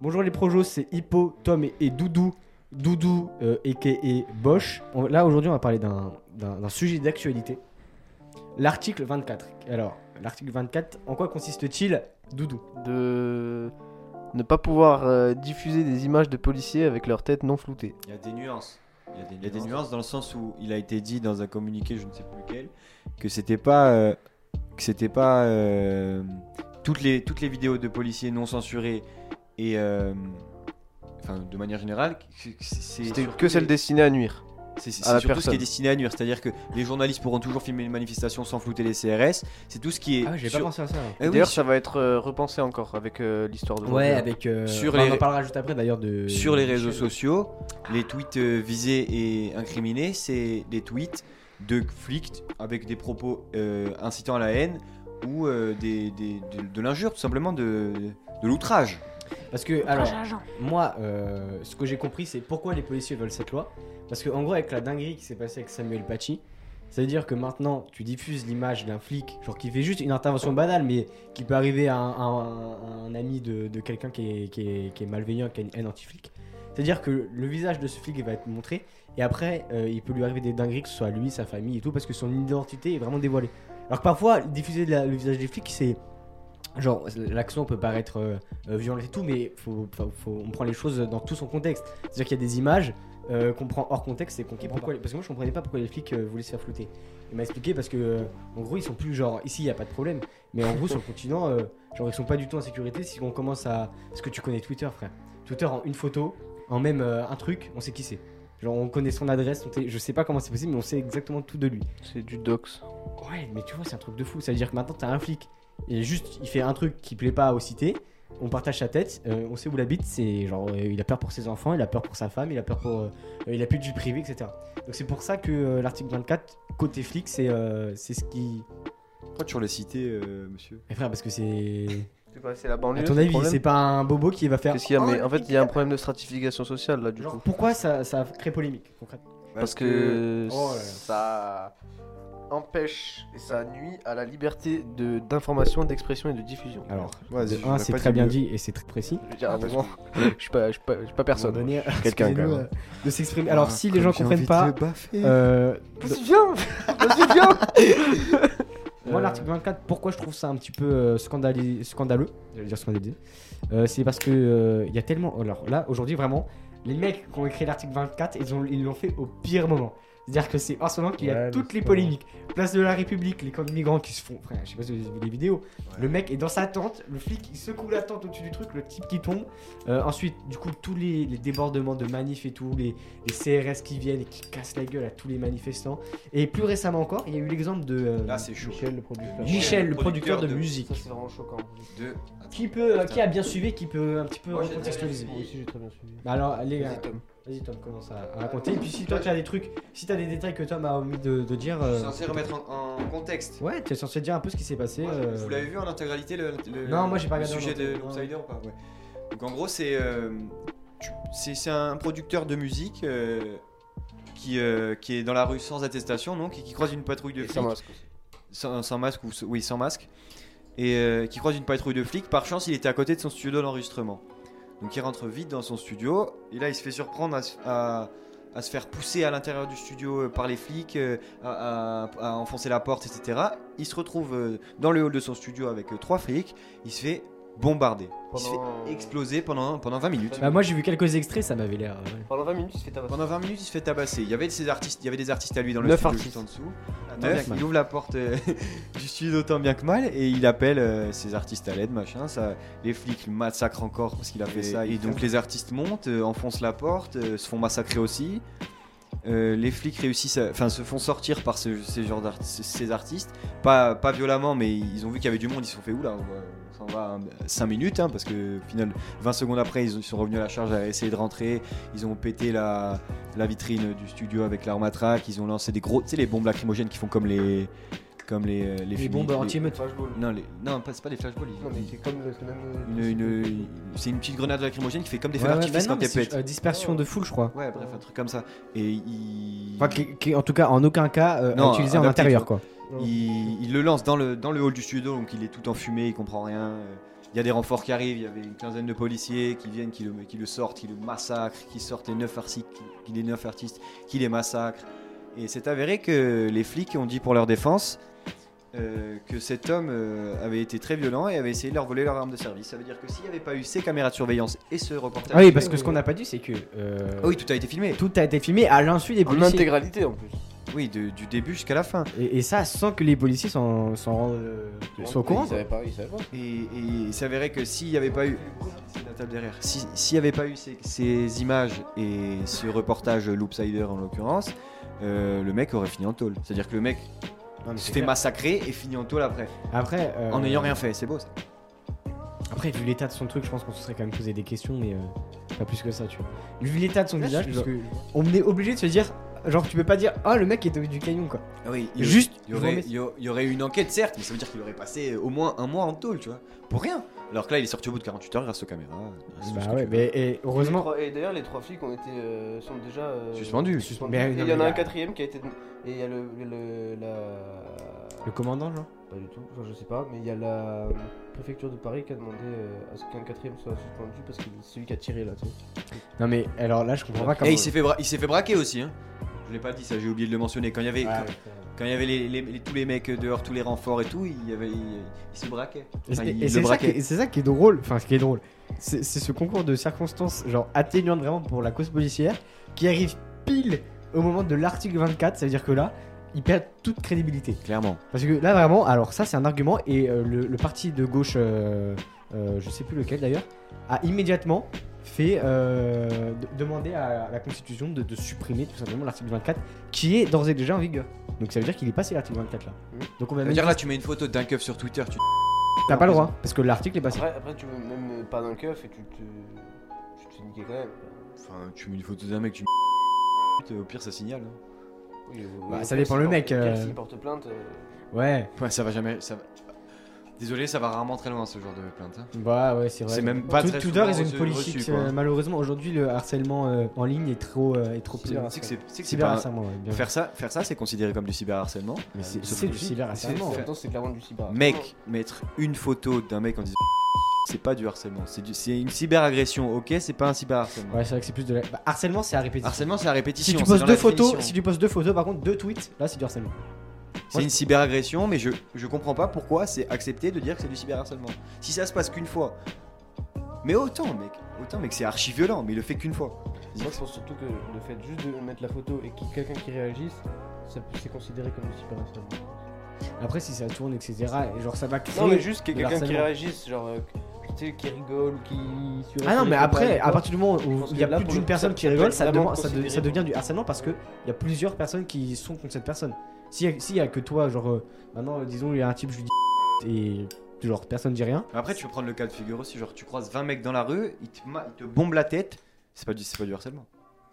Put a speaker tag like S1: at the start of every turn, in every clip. S1: Bonjour les projos, c'est Hippo, Tom et, et Doudou. Doudou euh, et Bosch. On- là aujourd'hui on va parler d'un d'un- d'un sujet d'actualité. L'article 24. Alors, l'article 24, en quoi consiste-t-il Doudou.
S2: de ne pas pouvoir euh, diffuser des images de policiers avec leur tête non floutée.
S3: Il y a des nuances. Il y a des, nuances dans le sens où il a été dit dans un communiqué, je ne sais plus lequel, que c'était pas euh, que c'était pas euh, toutes les toutes les vidéos de policiers non censurées et euh, enfin de manière générale, que- que c'est
S2: C'était
S3: surtout
S2: que celle
S3: les-
S2: destinée à nuire.
S3: C'est c'est
S2: à la
S3: surtout ce qui
S2: personne.
S3: est destiné à nuire, c'est-à-dire que les journalistes pourront toujours filmer les manifestations sans flouter les CRS. C'est tout ce qui est
S1: Ah, j'ai
S3: sur-
S1: pas pensé à ça.
S3: Eh oui,
S2: D'ailleurs, ça va être euh, repensé encore avec euh, l'histoire de
S1: Ouais, avec. euh,
S3: Sur
S1: bah, On en
S3: les-
S1: parlera juste après d'ailleurs de.
S3: sur les réseaux
S1: Euh, Michel. Ah.
S3: sociaux, les tweets euh, visés et incriminés, c'est des tweets de flics avec des propos euh, incitant à la haine ou euh, des, des- de, de l'injure, tout simplement, de, de l'outrage.
S1: Parce que, alors, moi, euh, ce que j'ai compris, c'est pourquoi les policiers veulent cette loi. Parce que, en gros, avec la dinguerie qui s'est passée avec Samuel Paty, ça veut dire que maintenant, tu diffuses l'image d'un flic, genre qui fait juste une intervention banale, mais qui peut arriver à un, à un- à un ami de, de quelqu'un qui est, qui, est, qui est malveillant, qui a une haine anti-flic. C'est-à-dire que le visage de ce flic va être montré, et après, euh, il peut lui arriver des dingueries, que ce soit lui, sa famille et tout, parce que son identité est vraiment dévoilée. Alors que parfois, diffuser la- le visage des flics, c'est. Genre, l'action peut paraître. euh, euh, violente et tout, mais faut, faut- faut- on prend les choses dans tout son contexte. C'est-à-dire qu'il y a des images euh, qu'on prend hors contexte et qu'on comprend pourquoi. Parce que moi je comprenais pas pourquoi les flics euh, voulaient se faire flouter. Il m'a expliqué parce que euh, en gros ils sont plus genre ici il y a pas de problème, mais en gros sur le continent euh, genre ils sont pas du tout en sécurité si on commence à parce que tu connais Twitter frère. Twitter en une photo, en même euh, un truc, on sait qui c'est. Genre on connaît son adresse, on sait- je sais pas comment c'est possible mais on sait exactement tout de lui.
S2: C'est du dox.
S1: Ouais, mais tu vois, c'est un truc de fou. Ça veut dire que maintenant, t'as un flic. Et juste, il fait un truc qui plaît pas aux cités. On partage sa tête. euh, on sait où il habite. C'est genre, euh, il a peur pour ses enfants, il a peur pour sa femme, il a peur pour. euh, euh, il a plus de vie privée, etc. Donc c'est pour ça que euh, l'article 24, côté flic, c'est euh, c'est ce qui.
S3: Pourquoi tu l'as cité, euh, monsieur
S1: Mais frère, parce que c'est.
S2: C'est quoi, c'est la banlieue
S1: À ton
S2: le
S1: avis,
S2: problème
S1: c'est pas un bobo qui va faire.
S2: Qu'est-ce qu'il y a
S1: Oh,
S2: Mais
S1: le
S2: en fait,
S1: flic,
S2: il y a un problème de stratification sociale là, du
S1: Genre,
S2: coup.
S1: pourquoi ça, ça crée polémique concrètement
S2: Parce que
S1: Oh là là.
S2: ça empêche et ça nuit à la liberté de- d'information, d'expression et de diffusion.
S1: Alors,
S4: Vas-y,
S1: de
S4: je
S1: un,
S4: l'ai
S1: c'est
S4: pas
S1: très
S4: dit
S1: bien
S4: mieux.
S1: dit et c'est très précis.
S2: Je veux dire, à un moment, je suis pas, je suis pas, je suis pas personne.
S1: Pour donner-
S4: Quelqu'un, quand
S1: excusez-nous,
S4: même.
S1: euh, De s'exprimer. Alors,
S4: Ah,
S1: si les
S4: comme
S1: gens
S4: j'ai
S1: comprennent
S4: envie
S1: pas.
S4: de te baffer.
S1: euh, de-
S2: Vas-y, viens Vas-y, viens
S1: Moi,
S2: Euh,
S1: l'article 24, pourquoi je trouve ça un petit peu euh, scandali- scandaleux, j'allais dire scandalisé, euh, c'est parce que euh, il y a tellement. Alors là, aujourd'hui, vraiment, les mecs qui ont écrit l'article 24, ils ont- ils l'ont fait au pire moment. C'est-à-dire que c'est en ce moment qu'il y a
S5: Ouais, mais
S1: toutes les
S5: c'est pas-
S1: polémiques. Place de la République, les camps de migrants qui se font. Frère, je sais pas si vous avez vu les vidéos. Le mec est dans sa tente, le flic il secoue la tente au-dessus du truc, le type qui tombe. Euh, ensuite, du coup, tous les, les débordements de manifs et tout, les, les CRS qui viennent et qui cassent la gueule à tous les manifestants. Et plus récemment encore, il y a eu l'exemple de. euh,
S3: Là, c'est chaud.
S5: Michel, le producteur.
S1: Michel, le producteur,
S3: producteur
S1: de,
S3: de-
S1: musique.
S2: Ça, c'est vraiment choquant.
S3: De...
S1: Qui peut, euh, qui a bien suivi, qui peut un petit peu
S3: Moi, j'ai
S1: recontextualiser.
S3: très
S5: Moi aussi, j'ai très bien suivi.
S1: Bah alors, allez, euh,
S2: Vas-y, Tom.
S1: vas-y Tom, commence à, à raconter. Et puis si toi tu as des trucs, si t'as des détails que Tom a envie de, de dire,
S3: Je
S1: euh,
S3: suis censé remettre en, en contexte.
S1: ouais, tu es censé dire un peu ce qui s'est passé.
S3: Moi, je-
S1: euh,
S3: Vous l'avez vu en intégralité le, le-
S1: Non, moi, j'ai pas
S3: le
S1: regardé en
S3: sujet de
S1: intégralité,
S3: l'Outsider ou pas Ouais. Donc en gros, c'est euh, tu- c'est c'est un producteur de musique euh, qui euh, qui est dans la rue sans attestation, donc et qui croise une patrouille de
S2: Et sans
S3: flics
S2: masque aussi.
S3: sans, sans masque ou oui sans masque et euh, qui croise une patrouille de flics. Par chance, il était à côté de son studio d'enregistrement. Donc il rentre vite dans son studio et là il se fait surprendre à, se- à- à se faire pousser à l'intérieur du studio euh, par les flics, euh, à, à- à enfoncer la porte, etc. Il se retrouve euh, dans le hall de son studio avec euh, trois flics. Il se fait bombarder. Il se
S2: Pendant-
S3: fait exploser pendant, pendant 20 minutes.
S1: Bah moi j'ai vu quelques extraits, ça m'avait l'air. euh, ouais.
S2: Pendant 20 minutes, il se fait tabasser.
S3: Pendant 20 minutes, il se fait tabasser. Il y avait, de ses artistes, il y avait des artistes à lui dans le
S2: Neuf
S3: studio
S2: artistes.
S3: juste en dessous.
S1: Tant bien
S3: Neuf,
S1: que mal.
S3: il ouvre la porte euh, du studio tant bien que mal et il appelle euh, ses artistes à l'aide, machin. Ça, les flics le massacrent encore parce qu'il a fait
S4: Et-
S3: ça. Et donc les artistes montent, euh, enfoncent la porte, euh, se font massacrer aussi. Euh, les flics réussissent, à- enfin se font sortir par ce, ces, genres d'art- ces- ces artistes, pas, pas violemment, mais ils ont vu qu'il y avait du monde, ils se sont fait où là On va- on s'en va 5 minutes, hein, parce que au final, 20 secondes après, ils ont- ils sont revenus à la charge à essayer de rentrer, ils ont pété la, la vitrine du studio avec l'arme à trac, ils ont lancé des gros, tu sais, les bombes lacrymogènes qui font comme les, comme les, euh, les,
S1: Les
S3: films-
S1: bombes
S3: les-
S1: anti-émeutes.
S2: Flashball.
S3: Non, les- non, pas- c'est pas des flashballs. ils-
S2: Non, mais c'est comme le c'est le même.
S3: une, une- c'est une petite grenade lacrymogène qui fait comme des feux
S1: Ouais, ouais,
S3: d'artifice
S1: bah non,
S3: quand
S1: mais
S3: elle
S1: c'est,
S3: pète.
S1: euh, dispersion de foule, je crois.
S3: Ouais, bref, un truc comme ça. Et il.
S1: Enfin, qui, qui, en tout cas, en aucun cas euh, à
S3: Non,
S1: utiliser en
S3: adapté,
S1: intérieur quoi.
S3: il, il le lance dans le, dans le hall du studio, donc il est tout enfumé, il comprend rien. euh, Il y a des renforts qui arrivent, il y avait une quinzaine de policiers qui viennent, qui le, qui le sortent, qui le massacrent, qui sortent les neuf artistes, qui, les neuf artistes, qui les massacrent. Et c'est avéré que les flics ont dit pour leur défense euh, que cet homme euh, avait été très violent et avait essayé de leur voler leur arme de service. Ça veut dire que s'il n'y avait pas eu ces caméras de surveillance et ce reportage.
S1: Ah oui, parce que ce qu'on n'a pas dit, c'est que. euh,
S3: Ah oui, tout a été filmé.
S1: Tout a été filmé à l'insu des
S2: En
S1: policiers.
S2: intégralité en plus.
S3: Oui, de- du début jusqu'à la fin.
S1: Et, et ça, sans que les policiers s'en s'en rendent euh, soient au courant.
S2: Ils savaient pas, ils savaient pas.
S3: Et, et il s'avérait que s'il n'y avait pas eu. C'est la table derrière. Si- S'il n'y avait pas eu ces, ces images et ce reportage Loopsider en l'occurrence, euh, le mec aurait fini en tôle. C'est-à-dire que le mec
S1: Non, mais
S3: se
S1: c'est
S3: fait
S1: clair.
S3: massacrer et finit en tôle après.
S1: Après, euh,
S3: En n'ayant rien fait, c'est beau ça.
S1: Après, vu l'état de son truc, je pense qu'on se serait quand même posé des questions, mais euh, pas plus que ça, tu vois. Vu l'état de son visage, parce que on est obligé de se dire, genre, tu peux pas dire, ah, le mec était du caillon, quoi.
S3: Ah Oui,
S1: il- Juste,
S3: Il y,
S1: je vous
S3: aurait,
S1: remets-
S3: il y a- il y aurait eu une enquête, certes, mais ça veut dire qu'il aurait passé au moins un mois en tôle, tu vois. Pour rien. Alors que là, il est sorti au bout de 48 heures grâce aux caméras. grâce à tout ce
S1: Bah
S3: que
S1: ouais,
S3: tu veux.
S1: mais et
S2: Les
S1: heureusement.
S2: trois- Et d'ailleurs, les trois flics ont été, euh, sont déjà euh,
S3: Suspendus.
S2: suspendus.
S1: Mais, euh, non,
S2: Et il y en
S1: mais
S2: a
S1: là-
S2: un quatrième qui a été. Et il y a le. le- le- la...
S1: Le commandant, genre
S2: Pas du tout, enfin, je sais pas, mais il y a la euh, préfecture de Paris qui a demandé euh, à ce qu'un quatrième soit suspendu parce que c'est celui qui a tiré là, tu sais.
S1: Non, mais alors là, je comprends pas
S2: Et
S1: comment.
S3: Et il s'est fait, bra- il s'est fait braquer aussi. Hein. Je l'ai pas dit ça, j'ai oublié de le mentionner. Quand il y avait,
S1: Ah,
S3: quand, quand il y avait les, les- les- tous les mecs dehors, tous les renforts et tout, il, y avait, il, il se braquait.
S1: Et
S3: Enfin,
S1: c'est-
S3: il
S1: et
S3: le
S1: c'est ça, qui
S3: braquait.
S1: est- et c'est ça qui est drôle, enfin ce qui est drôle, c'est c'est ce concours de circonstances, genre atténuantes vraiment pour la cause policière, qui arrive pile au moment de l'article 24, ça veut dire que là, ils perdent toute crédibilité.
S3: Clairement.
S1: Parce que là vraiment, alors ça c'est un argument, et euh, le, le parti de gauche, euh, euh, je sais plus lequel d'ailleurs, a immédiatement fait euh, de- demander à la Constitution de, de supprimer tout simplement l'article 24, qui est d'ores et déjà en vigueur. Donc ça veut dire qu'il est passé l'article 24 là.
S2: Mhm.
S1: Donc on va
S3: Mmh. Ça
S1: même
S3: veut dire là, tu mets une photo d'un keuf sur Twitter, tu.
S1: t'as pas le droit, parce que l'article est passé.
S2: Après, après, tu veux même euh, pas d'un keuf et tu te. Tu te fais niquer quand même.
S3: Enfin, tu mets une photo d'un mec, tu. Au pire, ça signale. hein.
S2: Oui, au-
S1: Bah,
S2: au
S1: ça
S2: pire,
S1: dépend
S2: s'il
S1: le
S2: porte-
S1: mec,
S2: au pire,
S1: euh.
S2: s'il porte plainte. euh,
S1: Ouais.
S3: Ouais, ça va jamais. Ça va... Désolé, ça va rarement très loin ce genre de plainte. hein.
S1: Bah ouais, c'est vrai.
S3: C'est même pas
S1: Tout-
S3: très
S1: Tudor,
S3: souvent
S1: ils ont une
S3: reçu-
S1: politique.
S3: reçu, quoi.
S1: euh, malheureusement, aujourd'hui, le harcèlement euh, en ligne est trop, euh, est trop présent.
S3: C'est que c'est- c'est que c'est pas.
S1: Cyberharcèlement, ouais, bien.
S3: Faire ça, faire ça c'est considéré comme du cyberharcèlement.
S1: Mais c'est
S3: sauf
S1: c'est
S3: que
S1: du
S3: si,
S2: c'est-
S1: cyberharcèlement.
S2: En même temps, c'est clairement du cyber.
S3: Mec, mettre une photo d'un mec en disant c'est pas du harcèlement, c'est du- c'est une cyberagression, ok, c'est pas un cyberharcèlement.
S1: Ouais, c'est vrai que c'est plus de la. bah, harcèlement, c'est à répétition.
S3: Harcèlement, c'est à
S1: si tu
S3: répétition. c'est
S1: poses
S3: dans
S1: deux
S3: la
S1: photos,
S3: définition.
S1: si tu poses deux photos, par contre, deux tweets, là, c'est du harcèlement.
S3: c'est une cyberagression, mais je, je comprends pas pourquoi c'est accepté de dire que c'est du cyberharcèlement. Si ça se passe qu'une fois, mais autant, mec, autant, mec, c'est archi violent, mais il le fait qu'une fois.
S2: Moi, je pense surtout que le fait juste de mettre la photo et qu'il y ait quelqu'un qui réagisse, ça peut- c'est considéré comme du cyber
S1: Après, si ça tourne, etc. Et genre, ça va créer.
S2: Non, mais juste qu'il y
S1: de
S2: ait quelqu'un qui
S1: harcèlement.
S2: réagisse, genre. euh, Tu sais, qui rigole ou qui.
S1: Ah non, mais après, à
S2: part
S1: partir du moment
S2: Je
S1: où
S2: pense
S1: il y a
S2: que là,
S1: plus
S2: pour
S1: d'une
S2: le coup,
S1: personne
S2: ça
S1: qui
S2: peut
S1: rigole,
S2: être
S1: ça,
S2: vraiment
S1: devient- ça de-
S2: considéré
S1: ça devient
S2: comme-
S1: du harcèlement parce que il y a plusieurs personnes qui sont contre cette personne. S'il y, a- s'il y a que toi, genre, euh, maintenant, euh, disons, il y a un type, je lui dis et genre, personne dit rien.
S3: Après, tu peux prendre le cas de figure aussi, genre tu croises 20 mecs dans la rue, ils te, ma- ils te bombent la tête, c'est pas du, c'est pas du harcèlement,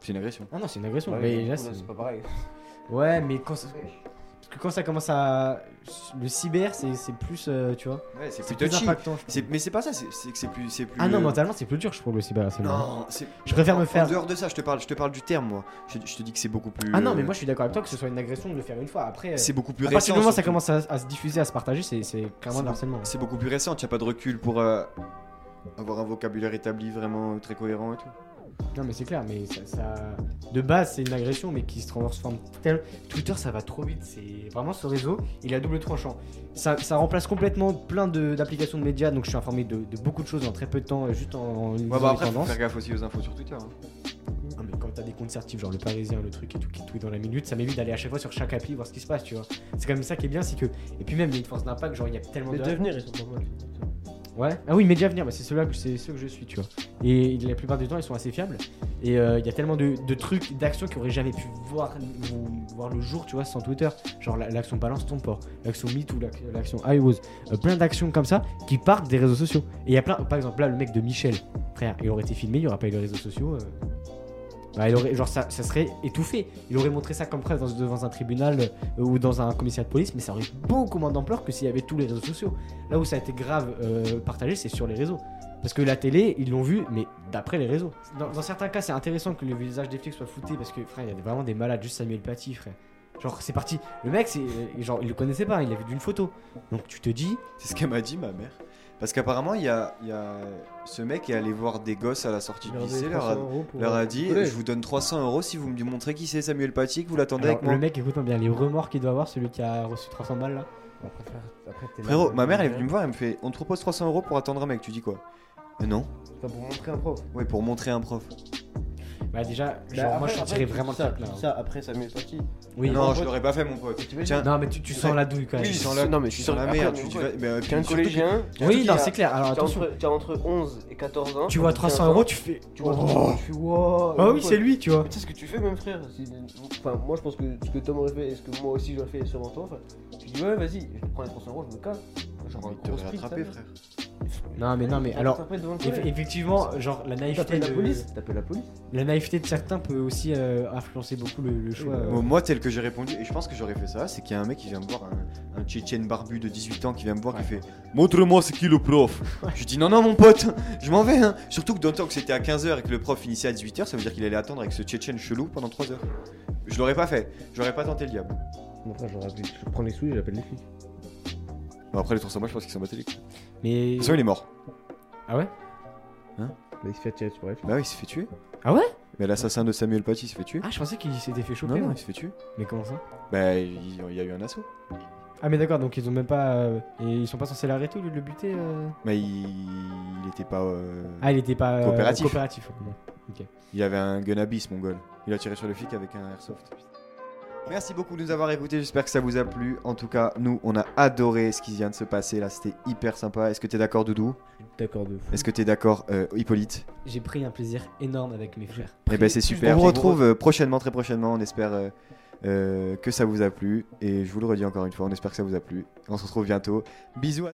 S3: c'est une agression.
S1: Ah non, c'est une agression.
S2: Ouais,
S1: mais
S2: du
S1: là,
S2: coup, là,
S1: c'est-
S2: c'est pas pareil.
S1: ouais, mais quand ça... Parce que quand ça commence à. Le cyber, c'est c'est plus, euh, tu vois,
S3: Ouais, c'est
S1: c'est
S3: plus
S1: plus
S3: touchy.
S1: impactant. je trouve.
S3: C'est- Mais c'est pas ça, c'est c'est que c'est plus, c'est plus.
S1: Ah non,
S3: euh,
S1: mentalement, c'est plus dur, je trouve, le cyber. c'est vrai.
S3: Non, c'est.
S1: Je préfère me
S3: En
S1: faire.
S3: dehors de ça, je te parle, je te parle du terme, moi. Je, je te dis que c'est beaucoup plus.
S1: Ah non, mais moi, je suis d'accord avec toi que ce soit une agression de le faire une fois. Après, euh,
S3: C'est beaucoup plus
S1: à
S3: récent.
S1: partir du moment où ça
S3: surtout.
S1: commence à, à se diffuser, à se partager, c'est c'est clairement
S3: C'est-
S1: de l'harcèlement.
S3: C'est beaucoup plus récent. Tu as pas de recul pour euh, avoir un vocabulaire établi vraiment euh, très cohérent et tout.
S1: Non mais c'est clair, mais ça, ça- de base c'est une agression, mais qui se transforme tellement. Twitter ça va trop vite, c'est vraiment ce réseau, il a double tranchant. Ça, ça remplace complètement plein de- d'applications de, médias, donc je suis informé de, de beaucoup de choses en très peu de temps, euh, juste en, en lisant
S3: Ouais,
S1: les
S3: bah après, faut
S1: tendances.
S3: faire gaffe aussi aux infos sur Twitter. hein.
S1: Ah, mais quand t'as des comptes certifs, genre le Parisien, le truc et tout qui tweet dans la minute, ça m'évite d'aller à chaque fois sur chaque appli voir ce qui se passe, tu vois. C'est quand même ça qui est bien, c'est que et puis même les forces d'impact, genre il y a tellement
S2: Mais
S1: de
S2: devenir, ils sont pas mal.
S1: Ouais. Ah oui, Média Avenir, bah, c'est ceux-là que c'est ceux que je suis, tu vois. Et la plupart du temps, ils sont assez fiables. Et euh, il y a tellement de, de trucs, d'actions qui auraient jamais pu voir, ou- voir le jour, tu vois, sans Twitter. Genre la- l'action Balance ton port, l'action MeToo, l'ac- l'action I Was, euh, plein d'actions comme ça qui partent des réseaux sociaux. Et il y a plein, par exemple, là, le mec de Michel, frère, il aurait été filmé, il n'y aurait pas eu les réseaux sociaux. euh. Bah, il aurait, genre, ça, ça serait étouffé. Il aurait montré ça comme preuve dans- devant un tribunal euh, ou dans un commissariat de police, mais ça aurait eu beaucoup moins d'ampleur que s'il y avait tous les réseaux sociaux. Là où ça a été grave euh, partagé, c'est sur les réseaux. Parce que la télé, ils l'ont vu, mais d'après les réseaux. Dans, dans certains cas, c'est intéressant que le visage des flics soit fouté parce que, frère, il y a vraiment des malades, juste Samuel Paty, frère. Genre, c'est parti. Le mec, c'est, euh, genre, il le connaissait pas, il l'a vu d'une photo. Donc, tu te dis,
S3: C'est ce qu'elle m'a dit, ma mère. Parce qu'apparemment, il y a, il y a- ce mec est allé voir des gosses à la sortie du lycée, leur a, leur a dit Je vous donne 300 euros si vous me montrez qui c'est Samuel Paty, que vous l'attendez
S1: Alors,
S3: avec moi.
S1: le mec, écoute bien, les remords qu'il doit avoir, celui qui a reçu 300 balles là.
S2: Après, frère, après, t'es là,
S3: Frérot,
S2: t'es
S3: ma mère, elle est
S2: là.
S3: venue me voir, elle me fait On te propose 300 euros pour attendre un mec, tu dis quoi Euh, Non
S2: Enfin, pour montrer un prof.
S3: Ouais, pour montrer un prof.
S1: Bah, déjà,
S2: Bah,
S1: genre, moi
S2: après-
S1: je
S2: après,
S1: tirais
S2: tu dis
S1: vraiment le
S2: ça,
S1: truc
S2: tu
S1: là.
S2: dis ça après ça m'est parti.
S1: Oui,
S3: non,
S2: en
S3: je
S2: fait-
S3: l'aurais pas fait, mon pote.
S2: Tu imagines
S3: Tiens,
S1: non, mais tu, tu sens la douille quand même.
S3: oui, sans la,
S2: Non, mais tu
S3: tu
S2: sens-
S3: sens la
S2: après,
S3: merde,
S2: mon
S3: tu dis
S2: pote,
S3: vas- mais, euh,
S2: T'es un
S3: surtout-
S2: collégien.
S1: Oui,
S2: surtout
S1: non,
S2: qu'il
S1: c'est
S2: a-
S1: clair. Alors
S2: t'as
S1: attention,
S2: entre- T'as entre 11 et 14 ans.
S1: tu vois 300 euros, tu fais. Oh,
S2: Tu vois 300 euros, tu fais waouh.
S1: Ah oui, c'est lui, tu vois.
S2: Mais tu sais ce que tu fais, même frère c'est- Enfin, moi je pense que ce que Tom aurait fait et ce que moi aussi j'aurais fait sûrement toi, enfin, tu dis ouais, vas-y, je prends les 300 euros, je me casse.
S3: J'ai
S2: Genre,
S3: envie de te
S2: gros sprint,
S3: rattraper,
S2: ça,
S3: frère.
S1: Non, mais non, mais
S2: Tu
S1: alors.
S2: t'attrapes devant le
S1: eff-
S2: collège.
S1: Effectivement, genre la naïveté,
S2: T'appelles la
S1: de-
S2: police T'appelles la police
S1: la naïveté de certains peut aussi euh, influencer beaucoup le, le choix. euh.
S3: Bon, moi, tel que j'ai répondu, et je pense que j'aurais fait ça, c'est qu'il y a un mec qui vient me voir, un, un tchétchène barbu de 18 ans qui vient me voir, qui fait Montre-moi c'est qui le prof Je dis Non, non, mon pote, je m'en vais. Hein. Surtout que dans le temps que c'était à 15h et que le prof finissait à 18h, ça veut dire qu'il allait attendre avec ce tchétchène chelou pendant 3 heures. Je l'aurais pas fait, j'aurais pas tenté le diable.
S2: Mon frère, j'aurais appelé, je prends les sous et j'appelle les flics.
S3: Bon, après, les 300 balles, je pense qu'ils sont battus les couilles. De
S1: Mais.
S3: toute façon, il est mort.
S1: Ah ouais
S2: Mais il se fait tirer dessus par les flics.
S3: Bah oui, il s'est fait tuer.
S1: Ah ouais
S3: Mais l'assassin de Samuel Paty s'est fait tuer.
S1: Ah, je pensais qu'il s'était fait choper.
S3: non, non,
S1: moi.
S3: il s'est fait tuer.
S1: Mais comment ça
S3: Bah, il il y a eu un assaut.
S1: Ah, mais d'accord, donc ils ont même pas. euh, et ils sont pas censés l'arrêter ou le buter euh
S3: Mais il, il était pas. euh,
S1: Ah, il était pas. euh,
S3: Coopératif.
S1: coopératif. Bon.
S3: Il avait un gun abyss, mon gars. Il a tiré sur le flic avec un airsoft. Merci beaucoup de nous avoir écoutés, j'espère que ça vous a plu. En tout cas, nous, on a adoré ce qui vient de se passer là, c'était hyper sympa. Est-ce que t'es d'accord, Doudou
S2: D'accord, de fou.
S3: Est-ce que t'es d'accord, euh, Hippolyte
S1: J'ai pris un plaisir énorme avec mes frères.
S3: Eh ben, c'est
S2: Plus
S3: super. On
S2: de
S3: vous retrouve euh, prochainement, très prochainement. On espère euh, euh, que ça vous a plu. Et je vous le redis encore une fois, on espère que ça vous a plu. On se retrouve bientôt. Bisous à